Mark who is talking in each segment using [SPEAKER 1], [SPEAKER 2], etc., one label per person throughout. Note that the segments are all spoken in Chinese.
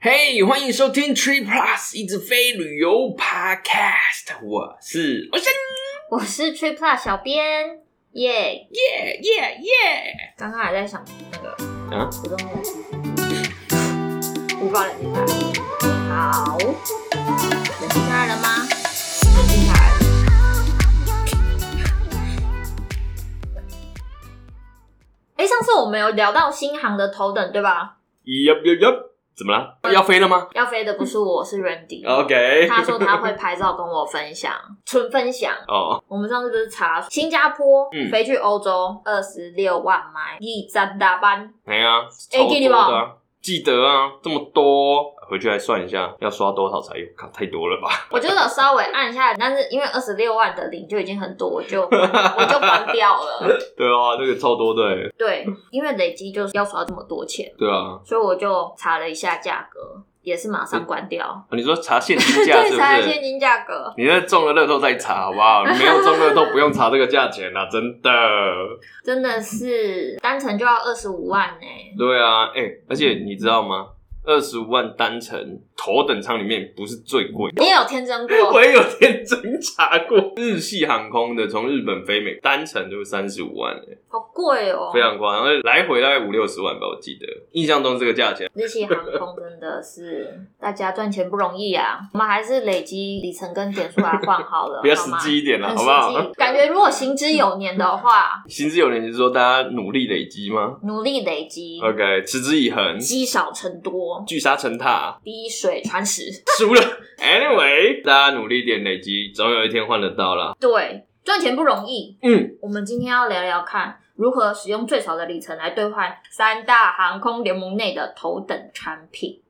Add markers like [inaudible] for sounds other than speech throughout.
[SPEAKER 1] 嘿欢迎收听 Tree Plus 一直飞旅游 Podcast，我是我是
[SPEAKER 2] 我是 Trip Plus 小编耶。
[SPEAKER 1] 耶耶耶！
[SPEAKER 2] 刚刚还在想那个
[SPEAKER 1] 啊
[SPEAKER 2] 不动我无法冷静下来。好，冷静下来了吗？冷静下来了。哎，上次我们有聊到新航的头等对吧？
[SPEAKER 1] 呀呀呀！怎么了？要飞了吗
[SPEAKER 2] 要飞的不是我，
[SPEAKER 1] [laughs]
[SPEAKER 2] 是 Randy。
[SPEAKER 1] 哦？OK。
[SPEAKER 2] 他说他会拍照跟我分享，纯分享。
[SPEAKER 1] 哦，
[SPEAKER 2] 我们上次不是查新加坡、
[SPEAKER 1] 嗯
[SPEAKER 2] 飞去欧洲二十六万迈，一站大班，
[SPEAKER 1] 没啊，
[SPEAKER 2] 哎
[SPEAKER 1] 超
[SPEAKER 2] 给你
[SPEAKER 1] 多的
[SPEAKER 2] 吧
[SPEAKER 1] 啊，记得啊，这么多，回去来算一下，要刷多少才有？靠，太多了吧？ [laughs]
[SPEAKER 2] 我就有稍微按一下，但是因为二十六万的零就已经很多，我就我就关掉了。
[SPEAKER 1] 对啊，这个超多的欸，
[SPEAKER 2] 对，因为累积就是要刷这么多钱，
[SPEAKER 1] 对啊。
[SPEAKER 2] 所以我就查了一下价格，也是马上关
[SPEAKER 1] [laughs]
[SPEAKER 2] 掉。
[SPEAKER 1] 啊你说查现金价是
[SPEAKER 2] [laughs] 对，
[SPEAKER 1] 不
[SPEAKER 2] 查了
[SPEAKER 1] 是
[SPEAKER 2] 现？金价格。
[SPEAKER 1] 你那中了乐透再查好不好？没有中乐透不用查这个价钱啦、真的。
[SPEAKER 2] 真的是单程就要二十五万呢、
[SPEAKER 1] 对啊，哎、而且你知道吗？二十五万单程头等舱里面不是最贵的。 [laughs]
[SPEAKER 2] 你也有天真过
[SPEAKER 1] 我，也有 [laughs] 天真查过，日系航空的从日本飞美单程就是三十五万、欸，
[SPEAKER 2] 好贵哦、
[SPEAKER 1] 非常夸张，而且来回大概五六十万吧，我记得印象中这个价钱。
[SPEAKER 2] 日系航空真的是大家赚钱不容易啊，我们还是累积里程跟点数来换好
[SPEAKER 1] [laughs]
[SPEAKER 2] 了，
[SPEAKER 1] 比较
[SPEAKER 2] 好
[SPEAKER 1] 实
[SPEAKER 2] 吗
[SPEAKER 1] 际一点啦，
[SPEAKER 2] 很
[SPEAKER 1] 好
[SPEAKER 2] 实
[SPEAKER 1] 不好
[SPEAKER 2] 际？，感觉如果行之有年的话，
[SPEAKER 1] 行之有年，就是说大家努力累积吗
[SPEAKER 2] 努力累积，
[SPEAKER 1] ？OK，持之以恒，
[SPEAKER 2] 积少成多，
[SPEAKER 1] 聚沙成塔，
[SPEAKER 2] 滴水穿石。
[SPEAKER 1] 输了。Anyway，大家努力一点累积，总有一天换得到啦。
[SPEAKER 2] 对，赚钱不容易。
[SPEAKER 1] 嗯，
[SPEAKER 2] 我们今天要聊聊看如何使用最少的里程来兑换三大航空联盟内的头等产品。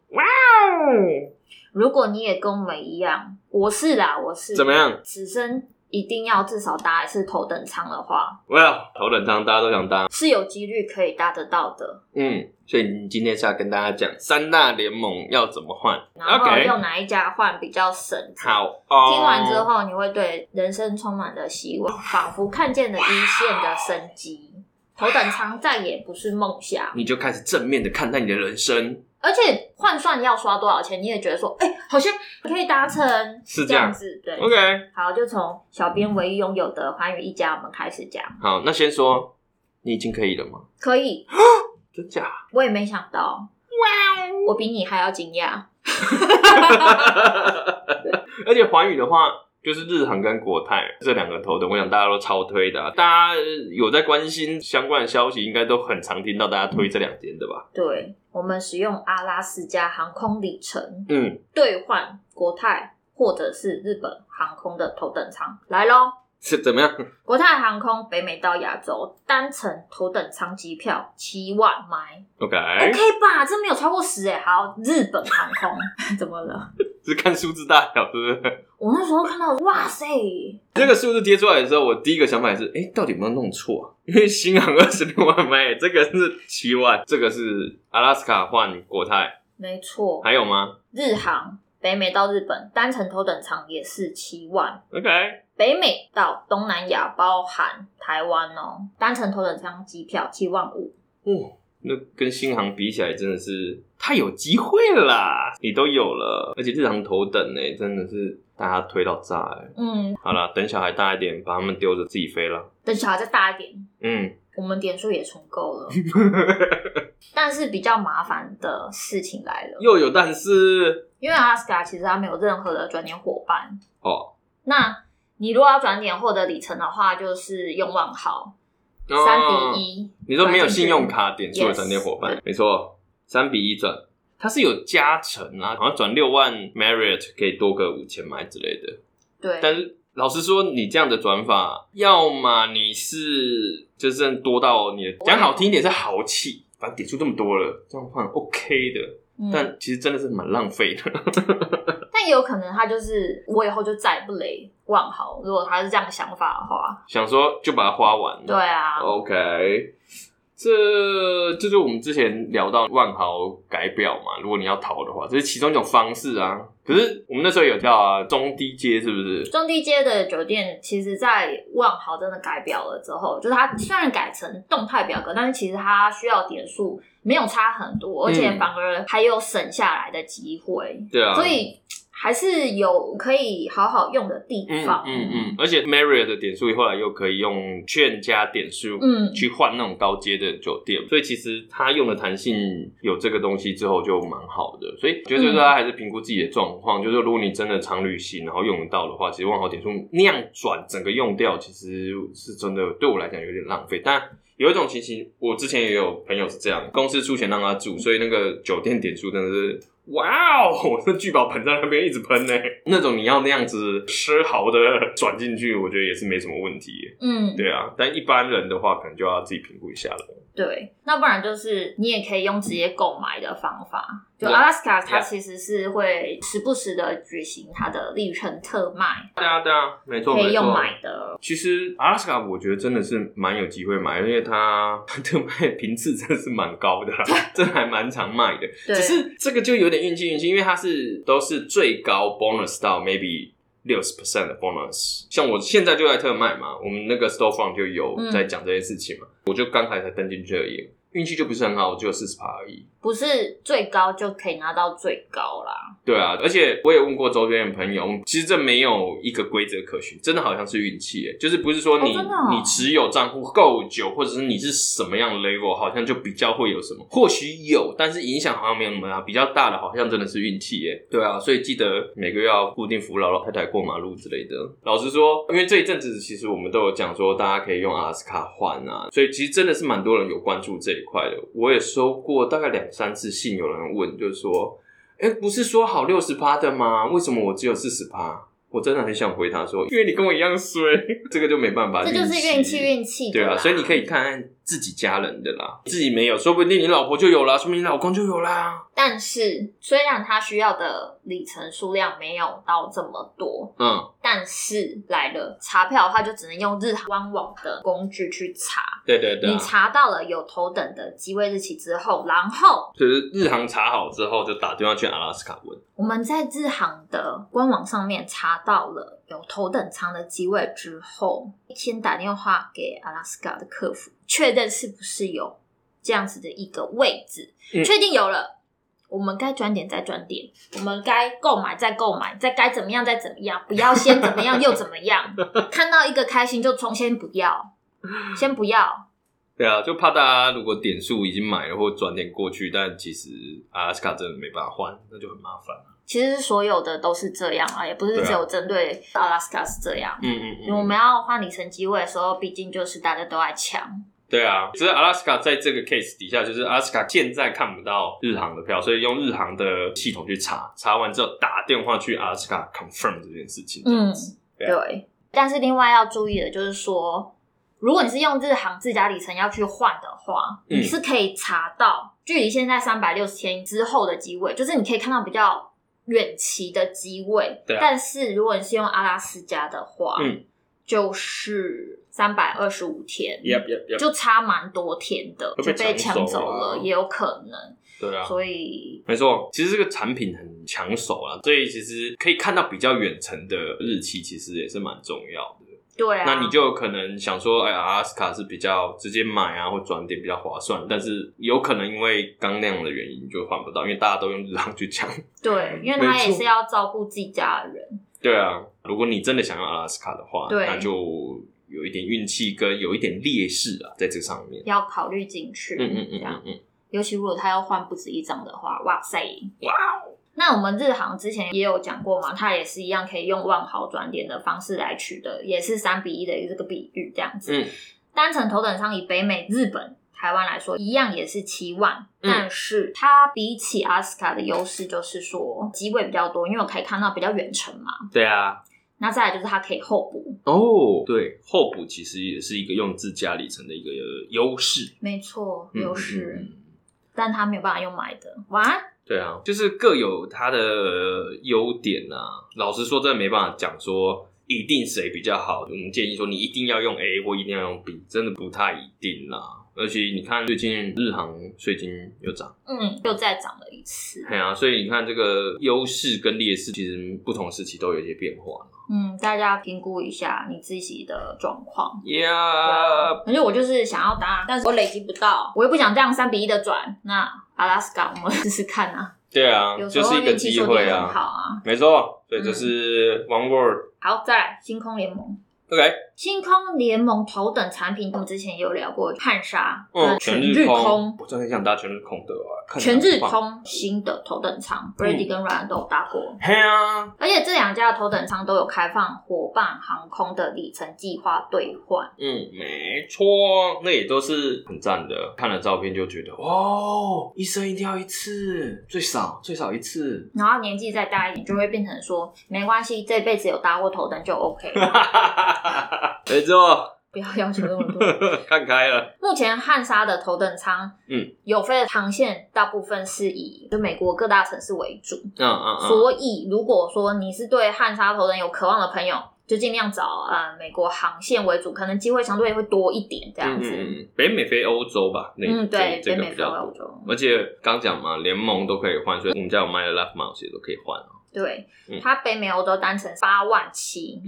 [SPEAKER 2] 如果你也跟我们一样，我是啦，我是
[SPEAKER 1] 怎么样？
[SPEAKER 2] 此生一定要至少搭一次头等舱的话，
[SPEAKER 1] Well，头等舱大家都想搭，
[SPEAKER 2] 是有几率可以搭得到的。
[SPEAKER 1] 嗯，所以你今天是要跟大家讲三大联盟要怎么换
[SPEAKER 2] 然后
[SPEAKER 1] ，OK，
[SPEAKER 2] 用哪一家换比较省
[SPEAKER 1] 好哦。
[SPEAKER 2] 听完之，后，你会对人生充满了希望，仿佛看见了一线的生机。头等舱再也不是梦想，
[SPEAKER 1] 你就开始正面的看待你的人生，
[SPEAKER 2] 而且换算要刷多少钱，你也觉得说，哎、好像可以达成，
[SPEAKER 1] 是这
[SPEAKER 2] 这
[SPEAKER 1] 样
[SPEAKER 2] 样子。对
[SPEAKER 1] OK，
[SPEAKER 2] 好，就从小编唯一拥有的寰宇一家，我们开始讲。
[SPEAKER 1] 好，那先说，你已经可以了吗？
[SPEAKER 2] 可以，
[SPEAKER 1] 真假？
[SPEAKER 2] 我也没想到，
[SPEAKER 1] 哦
[SPEAKER 2] 我比你还要惊讶。
[SPEAKER 1] [laughs] 而且环宇的话。就是日航跟国泰这两个头等，我想大家都超推的啊、大家呃有在关心相关的消息，应该都很常听到大家推这两间的吧？
[SPEAKER 2] 对我们使用阿拉斯加航空里程
[SPEAKER 1] 嗯，
[SPEAKER 2] 兑换国泰或者是日本航空的头等舱，来喽。
[SPEAKER 1] 是怎么样？
[SPEAKER 2] 国泰航空北美到亚洲单程头等舱机票七万买
[SPEAKER 1] [laughs] OK，,
[SPEAKER 2] ，OK 吧？这没有超过十哎、好，日本航空 [laughs] 怎么了？
[SPEAKER 1] 是看数字大小，是不是？
[SPEAKER 2] 我那时候看到，哇塞，
[SPEAKER 1] 这个数字贴出来的时候，我第一个想法也是，哎、到底有没有弄错、啊？ [laughs] 因为新航二十六万卖，这个是七万，这个是阿拉斯卡换国泰，
[SPEAKER 2] 没错，
[SPEAKER 1] 还有吗
[SPEAKER 2] 日航北美到日本单程头等舱也是七万。
[SPEAKER 1] ？OK，
[SPEAKER 2] 北美到东南亚，包含台湾哦，单程头等舱机票七万五，
[SPEAKER 1] 哦，那跟新航比起来，真的是太有机会了啦！你都有了，而且日航头等呢、真的是大家推到炸哎、
[SPEAKER 2] 嗯，
[SPEAKER 1] 好啦，等小孩大一点，把他们丢着自己飞了。
[SPEAKER 2] 等小孩再大一点，
[SPEAKER 1] 嗯，
[SPEAKER 2] 我们点数也存够
[SPEAKER 1] [laughs]
[SPEAKER 2] 了。但是比较麻烦的事情来了，
[SPEAKER 1] 又有但是
[SPEAKER 2] 因为阿拉斯加其实它没有任何的转点伙伴。
[SPEAKER 1] 哦，
[SPEAKER 2] 那你如果要转点获得里程的话，就是用万豪三比
[SPEAKER 1] 一。
[SPEAKER 2] 一。
[SPEAKER 1] 哦你说没有信用卡点数的转店伙伴没错，三比一转，它是有加成啊，好像转六万 Marriott 可以多个五千买之类的。
[SPEAKER 2] 对，
[SPEAKER 1] 但是老实说，你这样的转法，要么你是就是多到你的讲好听一点是豪气，反正点数这么多了，这样换 OK 的，
[SPEAKER 2] 嗯
[SPEAKER 1] 但其实真的是蛮浪费的。 [laughs]
[SPEAKER 2] 但也有可能他就是我以后就再也不雷万豪，如果他是这样想法的话，
[SPEAKER 1] 哦想说就把它花完，
[SPEAKER 2] 对啊，
[SPEAKER 1] ，OK。这这就是我们之前聊到万豪改表嘛，如果你要逃的话，这是其中一种方式啊。可是我们那时候有叫啊，中低阶是不是？
[SPEAKER 2] 中低阶的酒店，其实在万豪真的改表了之后，就是它虽然改成动态表格，但是其实它需要点数没有差很多，而且
[SPEAKER 1] 嗯
[SPEAKER 2] 反而还有省下来的机会，
[SPEAKER 1] 对啊，
[SPEAKER 2] 所以还是有可以好好用的地
[SPEAKER 1] 嗯
[SPEAKER 2] 方。
[SPEAKER 1] 嗯嗯，而且 Marriott 的点数后来又可以用券加点数，
[SPEAKER 2] 嗯
[SPEAKER 1] 去换那种高阶的酒店，所以其实他用的弹性有这个东西之后就蛮好的，所以觉得大家还是评估自己的状况，就是如果你真的常旅行，然后用得到的话，其实万豪点数那样转整个用掉，其实是真的对我来讲有点浪费，但。有一种情形，我之前也有朋友是这样，公司出钱让他住，所以那个酒店点数真的是，哇哦，我的聚宝盆在那边一直喷呢、那种你要那样子奢豪的转进去，我觉得也是没什么问题耶、
[SPEAKER 2] 嗯，
[SPEAKER 1] 对啊，但一般人的话，可能就要自己评估一下了。
[SPEAKER 2] 对，那不然就是你也可以用直接购买的方法。就
[SPEAKER 1] Yeah.
[SPEAKER 2] Alaska 它
[SPEAKER 1] Yeah.
[SPEAKER 2] 其实是会时不时的举行它的里程特卖，
[SPEAKER 1] 对啊，对啊，没错，
[SPEAKER 2] 可以
[SPEAKER 1] 没
[SPEAKER 2] 用
[SPEAKER 1] 错。
[SPEAKER 2] 买的。
[SPEAKER 1] 其实阿拉斯加，我觉得真的是蛮有机会买，因为 [laughs] 它特卖频次真的是蛮高的
[SPEAKER 2] [laughs]
[SPEAKER 1] 啦，真的还蛮常卖的。
[SPEAKER 2] 对，
[SPEAKER 1] 只是这个就有点运气，运气，因为它是都是最高 bonus 到 maybe 六十 percent 的 bonus。像我现在就在特卖嘛，我们那个 store f u n 就有
[SPEAKER 2] 嗯
[SPEAKER 1] 在讲这件事情嘛，我就刚才才登进去而已，运气就不是很好，我只有四十趴而已。
[SPEAKER 2] 不是最高就可以拿到最高啦。
[SPEAKER 1] 对啊，而且我也问过周边的朋友，其实这没有一个规则可循，真的好像是运气耶，就是不是说你、
[SPEAKER 2] 哦真的哦
[SPEAKER 1] 你持有账户够久，或者是你是什么样的 level，好像就比较会有什么，或许有，但是影响好像没有那么大，比较大的好像真的是运气耶。对啊，所以记得每个月要固定扶老老太太过马路之类的。老实说，因为这一阵子其实我们都有讲说，大家可以用阿拉斯卡换啊，所以其实真的是蛮多人有关注这一块的。我也收过大概两三次信，有人问就是说。哎、不是说好六十趴的吗？为什么我只有四十趴？我真的很想回答说，因为你跟我一样衰，这个就没办法，
[SPEAKER 2] 这就是运气，运气的
[SPEAKER 1] 啊对
[SPEAKER 2] 啦
[SPEAKER 1] 啊，所以你可以看看自己家人的啦，自己没有，说不定你老婆就有啦，说不定你老公就有啦。
[SPEAKER 2] 但是虽然它需要的里程数量没有到这么多，
[SPEAKER 1] 嗯，
[SPEAKER 2] 但是来了查票的话，就只能用日航官网的工具去查。
[SPEAKER 1] 对对对、
[SPEAKER 2] 你
[SPEAKER 1] 啊，
[SPEAKER 2] 查到了有头等的机位日期之后，然后
[SPEAKER 1] 就是日航查好之后，就打电话去阿拉斯卡问。
[SPEAKER 2] 我们在日航的官网上面查到了有头等舱的机位之后，先打电话给阿拉斯加的客服，确认是不是有这样子的一个位置，
[SPEAKER 1] 嗯
[SPEAKER 2] 确定有了。我们该转点再转点，我们该购买再购买，再该怎么样再怎么样，不要先怎么样又怎么 [laughs] 样。看到一个开心就冲，先不要，先不要。
[SPEAKER 1] 对啊，就怕大家如果点数已经买了或转点过去，但其实阿拉斯卡真的没办法换，那就很麻烦。
[SPEAKER 2] 其实所有的都是这样啊，也不是只有针对阿拉斯加是这样。
[SPEAKER 1] 嗯嗯
[SPEAKER 2] 因为我们要换里程机位的时候，毕竟就是大家都在抢。
[SPEAKER 1] 对啊，只是阿拉斯卡在这个 case 底下，就是阿拉斯卡现在看不到日航的票，所以用日航的系统去查，查完之后打电话去阿拉斯卡 confirm 这件事情。
[SPEAKER 2] 嗯
[SPEAKER 1] 这样子，对啊
[SPEAKER 2] 对。但是另外要注意的就是说，如果你是用日航自家里程要去换的话，
[SPEAKER 1] 嗯
[SPEAKER 2] 你是可以查到距离现在三百六十天之后的机位，就是你可以看到比较远期的机位。
[SPEAKER 1] 对啊
[SPEAKER 2] 但是如果你是用阿拉斯加的话，
[SPEAKER 1] 嗯
[SPEAKER 2] 就是三百二十五天。
[SPEAKER 1] yep yep yep，
[SPEAKER 2] 就差蛮多天的，
[SPEAKER 1] 会
[SPEAKER 2] 就
[SPEAKER 1] 被
[SPEAKER 2] 被
[SPEAKER 1] 抢
[SPEAKER 2] 抢
[SPEAKER 1] 走
[SPEAKER 2] 走
[SPEAKER 1] 啊
[SPEAKER 2] 了，也有可能，
[SPEAKER 1] 对啊。
[SPEAKER 2] 所以
[SPEAKER 1] 没错，其实这个产品很抢手啊啦，所以其实可以看到比较远程的日期，其实也是蛮重要的。
[SPEAKER 2] 对啊，
[SPEAKER 1] 那你就有可能想说，哎，阿拉斯卡是比较直接买啊，或转点比较划算，但是有可能因为刚那样的原因就换不到，因为大家都用日航去抢。
[SPEAKER 2] 对，因为
[SPEAKER 1] 没
[SPEAKER 2] 他也
[SPEAKER 1] 错
[SPEAKER 2] 是要照顾自己家的人。
[SPEAKER 1] 对啊，如果你真的想要阿拉斯卡的话，
[SPEAKER 2] 对
[SPEAKER 1] 那就有一点运气跟有一点劣势啊，在这上面。
[SPEAKER 2] 要考虑进去，
[SPEAKER 1] 嗯嗯
[SPEAKER 2] 这
[SPEAKER 1] 嗯
[SPEAKER 2] 样
[SPEAKER 1] 嗯。嗯，
[SPEAKER 2] 尤其如果他要换不止一张的话，哇塞，哇！
[SPEAKER 1] 哦
[SPEAKER 2] 那我们日航之前也有讲过嘛，它也是一样可以用万豪转点的方式来取得，也是三比一的这个比喻这样子。
[SPEAKER 1] 嗯
[SPEAKER 2] 单程头等舱以北美、日本、台湾来说，一样也是七万，
[SPEAKER 1] 嗯
[SPEAKER 2] 但是它比起阿斯卡的优势就是说机位比较多，因为我可以看到比较远程嘛。
[SPEAKER 1] 对啊。
[SPEAKER 2] 那再来就是它可以候补，
[SPEAKER 1] 哦，对，候补其实也是一个用自家里程的一个优势，
[SPEAKER 2] 没错，
[SPEAKER 1] 嗯
[SPEAKER 2] 优势。
[SPEAKER 1] 嗯嗯嗯
[SPEAKER 2] 但他没有办法用买的。哇，
[SPEAKER 1] 对啊，就是各有它的优点啊。老实说，真的没办法讲说一定谁比较好，我们建议说你一定要用 A 或一定要用 B，真的不太一定啦。而且你看最近日航税金又涨。
[SPEAKER 2] 嗯，又再涨了一次。
[SPEAKER 1] 对啊，所以你看这个优势跟劣势，其实不同时期都有一些变化。
[SPEAKER 2] 嗯，大家评估一下你自己的状况。
[SPEAKER 1] Yeah，
[SPEAKER 2] 反正我就是想要答案，但是我累积不到，我又不想这样三比一的转。那阿拉斯加，我们 [laughs] 试试看啊，
[SPEAKER 1] 对啊，
[SPEAKER 2] 有时
[SPEAKER 1] 就
[SPEAKER 2] 候
[SPEAKER 1] 是一个
[SPEAKER 2] 运气
[SPEAKER 1] 机
[SPEAKER 2] 说不
[SPEAKER 1] 会
[SPEAKER 2] 定很好
[SPEAKER 1] 啊，
[SPEAKER 2] 啊。
[SPEAKER 1] 没错，所以
[SPEAKER 2] 嗯
[SPEAKER 1] 这是 One Word。
[SPEAKER 2] 好，再来星空联盟。
[SPEAKER 1] OK，
[SPEAKER 2] 星空联盟头等产品，我们之前也有聊过汉莎
[SPEAKER 1] 嗯，
[SPEAKER 2] 跟
[SPEAKER 1] 全
[SPEAKER 2] 全
[SPEAKER 1] 日
[SPEAKER 2] 日
[SPEAKER 1] 空
[SPEAKER 2] 空，，
[SPEAKER 1] 我真的很想搭全日空的啊，看起来
[SPEAKER 2] 全日
[SPEAKER 1] 很棒。
[SPEAKER 2] 空新的头等舱
[SPEAKER 1] 嗯
[SPEAKER 2] ，Brady 跟 Ryan 都有搭过。
[SPEAKER 1] 嘿啊，
[SPEAKER 2] 而且这两家的头等舱都有开放伙伴航空的里程计划兑换，
[SPEAKER 1] 嗯，没错，那也都是很赞的。看了照片就觉得，哇哦，一生一定要一次，最少最少一次。 [laughs]
[SPEAKER 2] 然后年纪再大一点就会变成说没关系，这辈子有搭过头等就 OK，了
[SPEAKER 1] [laughs] 没错， [laughs]
[SPEAKER 2] 不要要求那么多。
[SPEAKER 1] 看开了。
[SPEAKER 2] 目前汉莎的头等舱，
[SPEAKER 1] 嗯，
[SPEAKER 2] 有飞的航线大部分是以就美国各大城市为主，
[SPEAKER 1] 嗯嗯嗯，
[SPEAKER 2] 所以如果说你是对汉莎头等有渴望的朋友，就尽量找呃美国航线为主，可能机会相对会多一点这样子。
[SPEAKER 1] 嗯嗯嗯，北美飞欧洲吧，那
[SPEAKER 2] 嗯对，
[SPEAKER 1] 这这
[SPEAKER 2] 北
[SPEAKER 1] 个
[SPEAKER 2] 美
[SPEAKER 1] 比
[SPEAKER 2] 飞
[SPEAKER 1] 较
[SPEAKER 2] 欧
[SPEAKER 1] 多。
[SPEAKER 2] 洲。
[SPEAKER 1] 而且刚讲嘛，联盟都可以换，所以我们家有卖的 Love Mouse 也都可以换啊。
[SPEAKER 2] 对，
[SPEAKER 1] 嗯
[SPEAKER 2] 它北美欧洲单程八万七，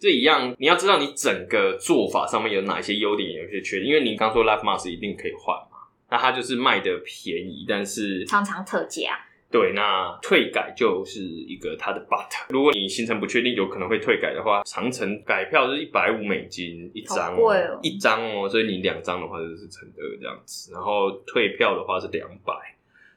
[SPEAKER 1] 这一样，你要知道你整个做法上面有哪些优点，有些缺点。因为你刚说 Love Mouse 一定可以换嘛，那它就是卖的便宜，但是
[SPEAKER 2] 常常特价。
[SPEAKER 1] 对，那退改就是一个它的 but。如果你行程不确定，有可能会退改的话，长程改票是一百五美金一张、
[SPEAKER 2] 好贵哦
[SPEAKER 1] 一张哦，所以你两张的话就是乘二这样子，然后退票的话是两百。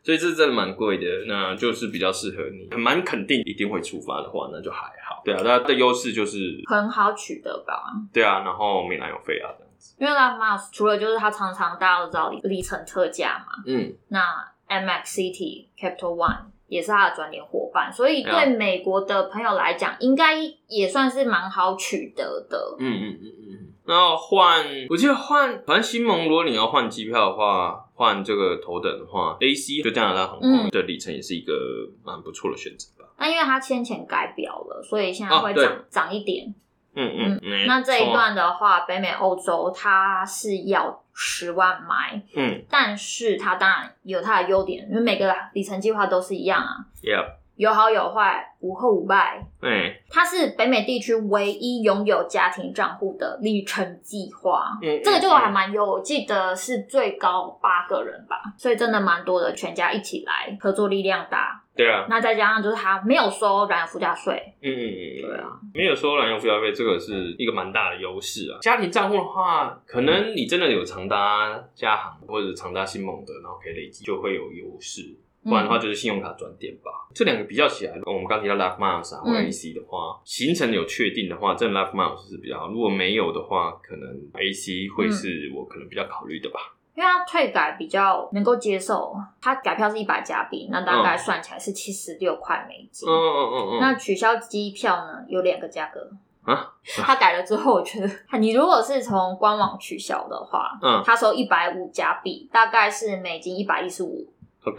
[SPEAKER 1] 所以这真的蛮贵的，那就是比较适合你，蛮肯定一定会出发的话，那就还好。对啊，它的优势就是，
[SPEAKER 2] 很好取得吧，
[SPEAKER 1] 对啊，然后没燃油费啊这样子。
[SPEAKER 2] 因为 Live Miles 除了就是它常常大家都知道里里程特价嘛，
[SPEAKER 1] 嗯，
[SPEAKER 2] 那 MX City Capital One 也是它的转点伙伴，所以
[SPEAKER 1] 啊
[SPEAKER 2] 对美国的朋友来讲，应该也算是蛮好取得的。
[SPEAKER 1] 嗯嗯嗯嗯。然后换，我记得换，反正新盟，如果你要换机票的话，换这个头等的话，AC 就加拿大航空
[SPEAKER 2] 嗯
[SPEAKER 1] 的里程也是一个蛮不错的选择吧。
[SPEAKER 2] 那因为它先前改表了，所以现在
[SPEAKER 1] 哦
[SPEAKER 2] 会
[SPEAKER 1] 对
[SPEAKER 2] 涨涨、一点。
[SPEAKER 1] 嗯嗯，没
[SPEAKER 2] 那这一
[SPEAKER 1] 错，
[SPEAKER 2] 段的话，北美欧洲它是要十万买，
[SPEAKER 1] 嗯
[SPEAKER 2] 但是它当然有它的优点，因为每个里程计划都是一样啊，
[SPEAKER 1] ，Yeah，
[SPEAKER 2] 有好有坏，无后无败。
[SPEAKER 1] 哎，
[SPEAKER 2] 它是北美地区唯一拥有家庭账户的里程计划，
[SPEAKER 1] 嗯
[SPEAKER 2] 这个就
[SPEAKER 1] 嗯
[SPEAKER 2] 还蛮有，我记得是最高八个人吧，所以真的蛮多的，全家一起来，合作力量大。
[SPEAKER 1] 对啊，
[SPEAKER 2] 那再加上就是它没有收燃油附加税，
[SPEAKER 1] 嗯嗯嗯，
[SPEAKER 2] 对啊，
[SPEAKER 1] 没有收燃油附加费，这个是一个蛮大的优势啊。家庭账户的话，可能你真的有长搭加航或者长搭新盟的，然后可以累积，就会有优势。不然的话
[SPEAKER 2] 嗯
[SPEAKER 1] 就是信用卡转点吧。这两个比较起来，哦我们刚提到 Life Miles 啊或
[SPEAKER 2] 嗯
[SPEAKER 1] AC 的话，行程有确定的话，这 Life Miles 是比较好。如果没有的话，可能 AC 会是
[SPEAKER 2] 嗯
[SPEAKER 1] 我可能比较考虑的吧。
[SPEAKER 2] 因为它退改比较能够接受，它改票是一百加币，那大概算起来是七十六块美金。
[SPEAKER 1] 嗯嗯嗯嗯。
[SPEAKER 2] 那取消机票呢，有两个价格
[SPEAKER 1] 啊。
[SPEAKER 2] [laughs] 它改了之后，我觉得 [laughs] 你如果是从官网取消的话，
[SPEAKER 1] 嗯
[SPEAKER 2] 它收一百五加币，大概是美金一百一十五。
[SPEAKER 1] OK，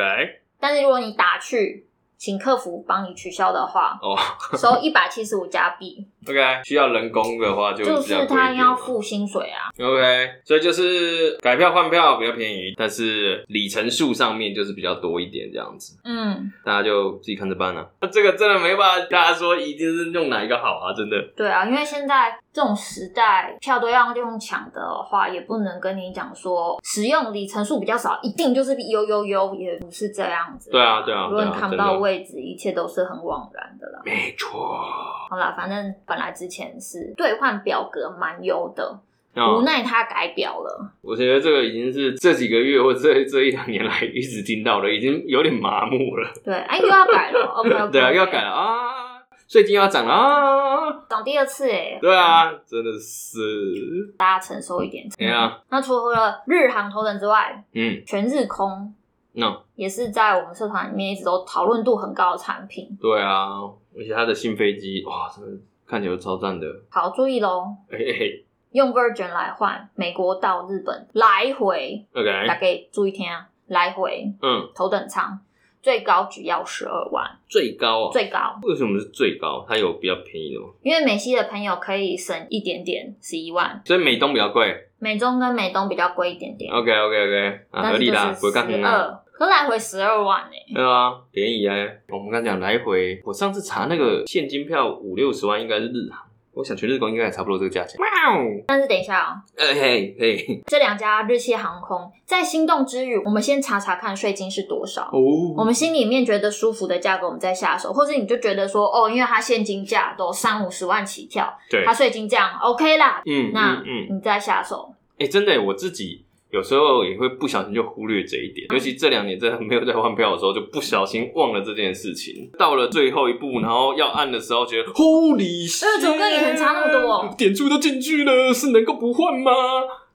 [SPEAKER 2] 但是如果你打去请客服帮你取消的话
[SPEAKER 1] [laughs] 哦、
[SPEAKER 2] 收一百七十五加币，
[SPEAKER 1] OK，需要人工的话就
[SPEAKER 2] 就
[SPEAKER 1] 比较贵
[SPEAKER 2] 是
[SPEAKER 1] 一
[SPEAKER 2] 他
[SPEAKER 1] 点
[SPEAKER 2] 要
[SPEAKER 1] 嘛
[SPEAKER 2] 付薪水啊。
[SPEAKER 1] OK，所以就是改票换票比较便宜，但是里程数上面就是比较多一点这样子，
[SPEAKER 2] 嗯，
[SPEAKER 1] 大家就自己看着办了、啊那这个真的没办法，大家说一定是用哪一个好啊，真的。
[SPEAKER 2] 对啊，因为现在这种时代，票都要用抢的话，也不能跟你讲说使用里程数比较少，一定就是有有有，也不是这样子。
[SPEAKER 1] 对啊对啊
[SPEAKER 2] 如果你
[SPEAKER 1] 对啊
[SPEAKER 2] 看不
[SPEAKER 1] 真的
[SPEAKER 2] 到位置，一切都是很枉然的啦。
[SPEAKER 1] 没错，
[SPEAKER 2] 好啦，反正本来之前是兑换表格蛮优的，
[SPEAKER 1] 那
[SPEAKER 2] 无奈它改表了。
[SPEAKER 1] 我觉得这个已经是这几个月或这这一两年来一直听到的，已经有点麻木了。
[SPEAKER 2] 对，哎、又要改了。OK OK，
[SPEAKER 1] [laughs] 对啊，要改了啊，税金要涨了啊，
[SPEAKER 2] 涨第二次哎、
[SPEAKER 1] 对啊，真的是，
[SPEAKER 2] 大家承受一点。
[SPEAKER 1] 哎呀，
[SPEAKER 2] 那除了日航头等之外，
[SPEAKER 1] 嗯，
[SPEAKER 2] 全日空
[SPEAKER 1] 那、
[SPEAKER 2] 也是在我们社团里面一直都讨论度很高的产品，
[SPEAKER 1] 对啊，而且它的新飞机哇，真的看起来超赞的，
[SPEAKER 2] 好注意喽。
[SPEAKER 1] 嘿嘿嘿
[SPEAKER 2] 用 Virgin 来换美国到日本来回，
[SPEAKER 1] ，OK，
[SPEAKER 2] 大概注意听啊，来回
[SPEAKER 1] 嗯
[SPEAKER 2] 头等舱。最高只要十二万，
[SPEAKER 1] 最高啊？
[SPEAKER 2] 最高，
[SPEAKER 1] 为什么是最高？它有比较便宜的吗？
[SPEAKER 2] 因为美西的朋友可以省一点点，十一万，
[SPEAKER 1] 所以美东比较贵。
[SPEAKER 2] 美中跟美东比较贵一点点，
[SPEAKER 1] OK OK OK，啊，
[SPEAKER 2] 但
[SPEAKER 1] 合
[SPEAKER 2] 是
[SPEAKER 1] 理
[SPEAKER 2] 就
[SPEAKER 1] 啦，
[SPEAKER 2] 是
[SPEAKER 1] 不会干很
[SPEAKER 2] 十
[SPEAKER 1] 啊。
[SPEAKER 2] 二，可来回十二万欸呢、
[SPEAKER 1] 对啊，便宜哎、我们刚讲来回，我上次查那个现金票五六十万应该是日航，我想去日航应该也差不多这个价钱。哇哦，
[SPEAKER 2] 但是等一下哦、
[SPEAKER 1] 哎嘿
[SPEAKER 2] [laughs]
[SPEAKER 1] 嘿，
[SPEAKER 2] 这两家日系航空在心动之余，我们先查查看税金是多少。我
[SPEAKER 1] 哦，
[SPEAKER 2] 们心里面觉得舒服的价格，我们再下手，或者你就觉得说，哦，因为它现金价都三五十万起跳，
[SPEAKER 1] 对
[SPEAKER 2] 它，税金这样 OK 啦，
[SPEAKER 1] 嗯
[SPEAKER 2] 那
[SPEAKER 1] 嗯嗯，
[SPEAKER 2] 你再下手。
[SPEAKER 1] 哎、真的欸、我自己有时候也会不小心就忽略这一
[SPEAKER 2] 嗯
[SPEAKER 1] 点，尤其这两年真的没有在换票的时候，就不小心忘了这件事情。到了最后一步，然后要按的时候，觉得 Holy shit，
[SPEAKER 2] 呃怎么跟以前差那么多
[SPEAKER 1] 点数都进去了，是能够不换吗？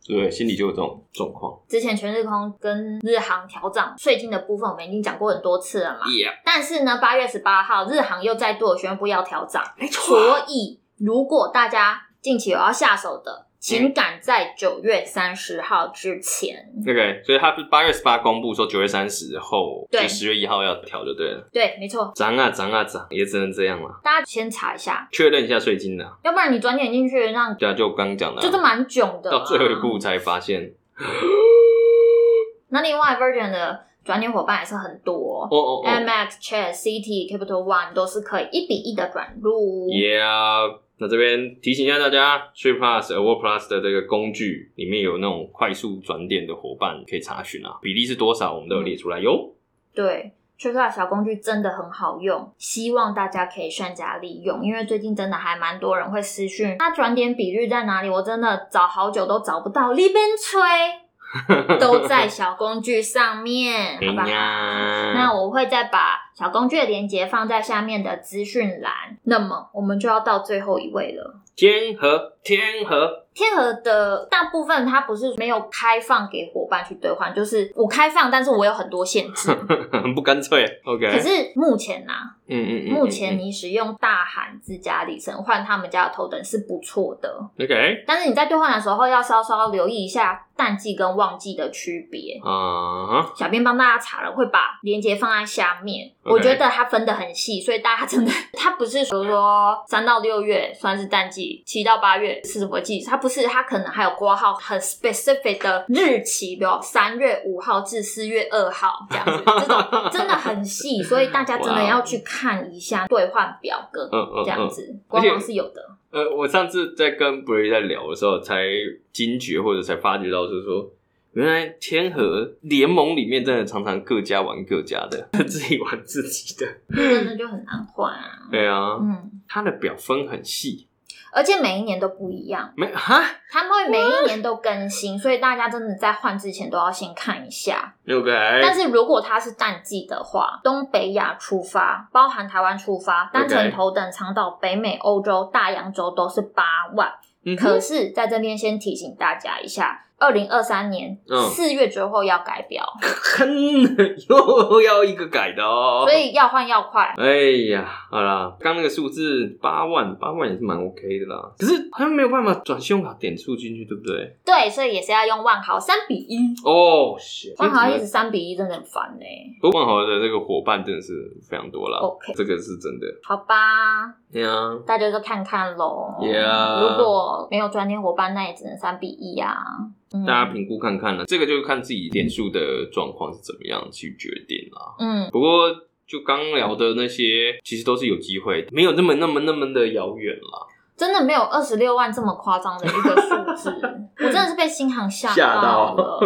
[SPEAKER 1] 对，心里就有这种状况。
[SPEAKER 2] 之前全日空跟日航调涨税金的部分，我们已经讲过很多次了嘛。
[SPEAKER 1] Yeah，
[SPEAKER 2] 但是呢，八月十八号，日航又再度宣布要调涨，
[SPEAKER 1] 没错。
[SPEAKER 2] 所以如果大家近期有要下手的，
[SPEAKER 1] 嗯
[SPEAKER 2] 请赶在九月三十号之前。
[SPEAKER 1] OK，所以他是八月十八公布说九月三十后，
[SPEAKER 2] 对
[SPEAKER 1] 就十月一号要调就对了。
[SPEAKER 2] 对，没错，
[SPEAKER 1] 涨啊涨啊涨，也只能这样了。
[SPEAKER 2] 大家先查一下，
[SPEAKER 1] 确认一下税金的，
[SPEAKER 2] 要不然你转点进去，让
[SPEAKER 1] 对啊，就我刚刚讲的啊、
[SPEAKER 2] 就是蛮囧的、啊
[SPEAKER 1] 到最后一。步才发现。
[SPEAKER 2] 那另外 Virgin 的转点伙伴也是很多、
[SPEAKER 1] 哦哦哦
[SPEAKER 2] m x Chat、CT、Capital One 都是可以一比一的转入。
[SPEAKER 1] ，Yeah。那这边提醒一下大家，Trip Plus、Award Plus 的这个工具里面有那种快速转点的伙伴可以查询啊，比例是多少，我们都有列出来哟。
[SPEAKER 2] 对 t r i c k 小工具真的很好用，希望大家可以善加利用，因为最近真的还蛮多人会私讯，它转点比率在哪里？我真的找好久都找不到，里边吹嗯都
[SPEAKER 1] [laughs]
[SPEAKER 2] 在小工具上面，好吧
[SPEAKER 1] 哎？呀
[SPEAKER 2] 那我会再把小工具的链接放在下面的资讯栏。那么我们就要到最后一位了。
[SPEAKER 1] 天河，天河， [laughs]
[SPEAKER 2] 天河的大部分它不是没有开放给伙伴去兑换，就是我开放，但是我有很多限
[SPEAKER 1] [laughs]
[SPEAKER 2] 制。
[SPEAKER 1] 很不干脆。OK，
[SPEAKER 2] 可是目前啊呐、
[SPEAKER 1] 嗯嗯嗯，
[SPEAKER 2] 目
[SPEAKER 1] 嗯
[SPEAKER 2] 前你使用大韩自家里程换他们家的头等是不错的，
[SPEAKER 1] 嗯 OK
[SPEAKER 2] 但是你在兑换的时候要稍稍留意一下淡季跟旺季的区别。
[SPEAKER 1] 啊哈，
[SPEAKER 2] 小编帮大家查了，会把链接放在下面。
[SPEAKER 1] OK
[SPEAKER 2] 我觉得它分得很细，所以大家真的，它不是说说三到六月算是淡季，七到八月是什么季？它不是，它可能还有挂号很 specific 的日期，比如三月五号至四月二号这样子，这种
[SPEAKER 1] [laughs]
[SPEAKER 2] 真的很细，所以大家
[SPEAKER 1] 哦
[SPEAKER 2] 真的要去看一下兑换表格。
[SPEAKER 1] 嗯嗯
[SPEAKER 2] 这样子，
[SPEAKER 1] 而
[SPEAKER 2] 官
[SPEAKER 1] 且
[SPEAKER 2] 网是有的。
[SPEAKER 1] 呃，我上次在跟 b r y 在聊的时候，才惊觉或者才发觉到，就是说，原来天河联盟里面真的常常各家玩各家的， [laughs] 自己玩自己的。
[SPEAKER 2] 真的就很难换啊。
[SPEAKER 1] 对啊，
[SPEAKER 2] 嗯，
[SPEAKER 1] 它的表分很细，
[SPEAKER 2] 而且每一年都不一样，
[SPEAKER 1] 没哈
[SPEAKER 2] 他们会每一年都更新，所以大家真的在换之前都要先看一下。
[SPEAKER 1] ，OK，
[SPEAKER 2] 但是如果它是淡季的话，东北亚出发，包含台湾出发，单程
[SPEAKER 1] OK
[SPEAKER 2] 头等长岛、北美、欧洲、大洋洲都是八万。
[SPEAKER 1] 嗯哼
[SPEAKER 2] 可是在这边先提醒大家一下，二零二三年
[SPEAKER 1] 嗯
[SPEAKER 2] 四月之后要改表，
[SPEAKER 1] 哼 [laughs] 又要一个改的哦。
[SPEAKER 2] 所，以要换要快。
[SPEAKER 1] 哎呀，好啦，刚那个数字八万，八万也是蛮 OK 的啦。可是好像没有办法转信用卡点数进去，对不对？
[SPEAKER 2] 对，所以也是要用万豪三比一，
[SPEAKER 1] 哦，是。
[SPEAKER 2] 万豪一直三比一真的很烦欸呢、
[SPEAKER 1] 不过万豪的这个伙伴真的是非常多啦
[SPEAKER 2] OK
[SPEAKER 1] 这个是真的。
[SPEAKER 2] 好吧，
[SPEAKER 1] 对啊，
[SPEAKER 2] 大家就看看喽。
[SPEAKER 1] Yeah
[SPEAKER 2] 如果没有专业伙伴，那也只能三比一啊。嗯，
[SPEAKER 1] 大家评估看看啦，这个就看自己点数的状况是怎么样去决定啦。
[SPEAKER 2] 嗯，
[SPEAKER 1] 不过就刚聊的那些，其实都是有机会，没有那么那么那么的遥远啦。
[SPEAKER 2] [laughs] 真的没有二十六万这么夸张的一个数字，我真的是被新航吓到了。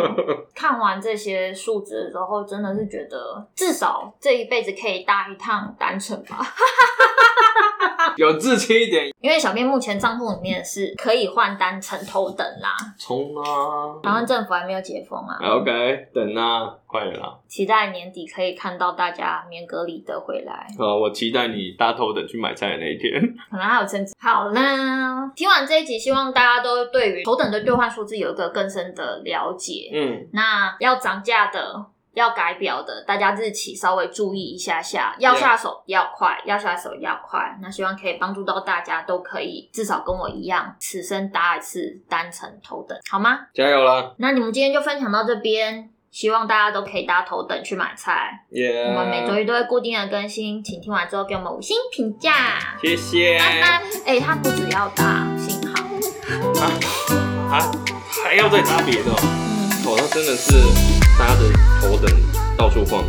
[SPEAKER 2] 看完这些数字之后，真的是觉得至少这一辈子可以搭一趟单程吧， [laughs]
[SPEAKER 1] 有志气一点，
[SPEAKER 2] 因为小编目前账户里面是可以换单程头等啦，
[SPEAKER 1] 冲啊！
[SPEAKER 2] 台湾政府还没有解封啊，
[SPEAKER 1] OK，等啊，快点啦！
[SPEAKER 2] 期待年底可以看到大家免隔离的回来。
[SPEAKER 1] 呃，我期待你搭头等去买菜的那一 [laughs] 天。
[SPEAKER 2] 可能还有增值。好啦，听完这一集，希望大家都对于头等的兑换数字有一个更深的了解。
[SPEAKER 1] 嗯，
[SPEAKER 2] 那要涨价的。要改表的，大家日期稍微注意一下下，要下手要快，要下手要快。那希望可以帮助到大家，都可以至少跟我一样，此生搭一次单程头等，好吗？
[SPEAKER 1] 加油啦！
[SPEAKER 2] 那你们今天就分享到这边，希望大家都可以搭头等去买菜。
[SPEAKER 1] 耶
[SPEAKER 2] 我们每周一都会固定的更新，请听完之后给我们五星评价。
[SPEAKER 1] 谢谢
[SPEAKER 2] 那那 [laughs] 哎，它不只要搭信号，
[SPEAKER 1] 啊，还要再搭别的哦、
[SPEAKER 2] 嗯，
[SPEAKER 1] 哦，那真的是大家的头等到处晃。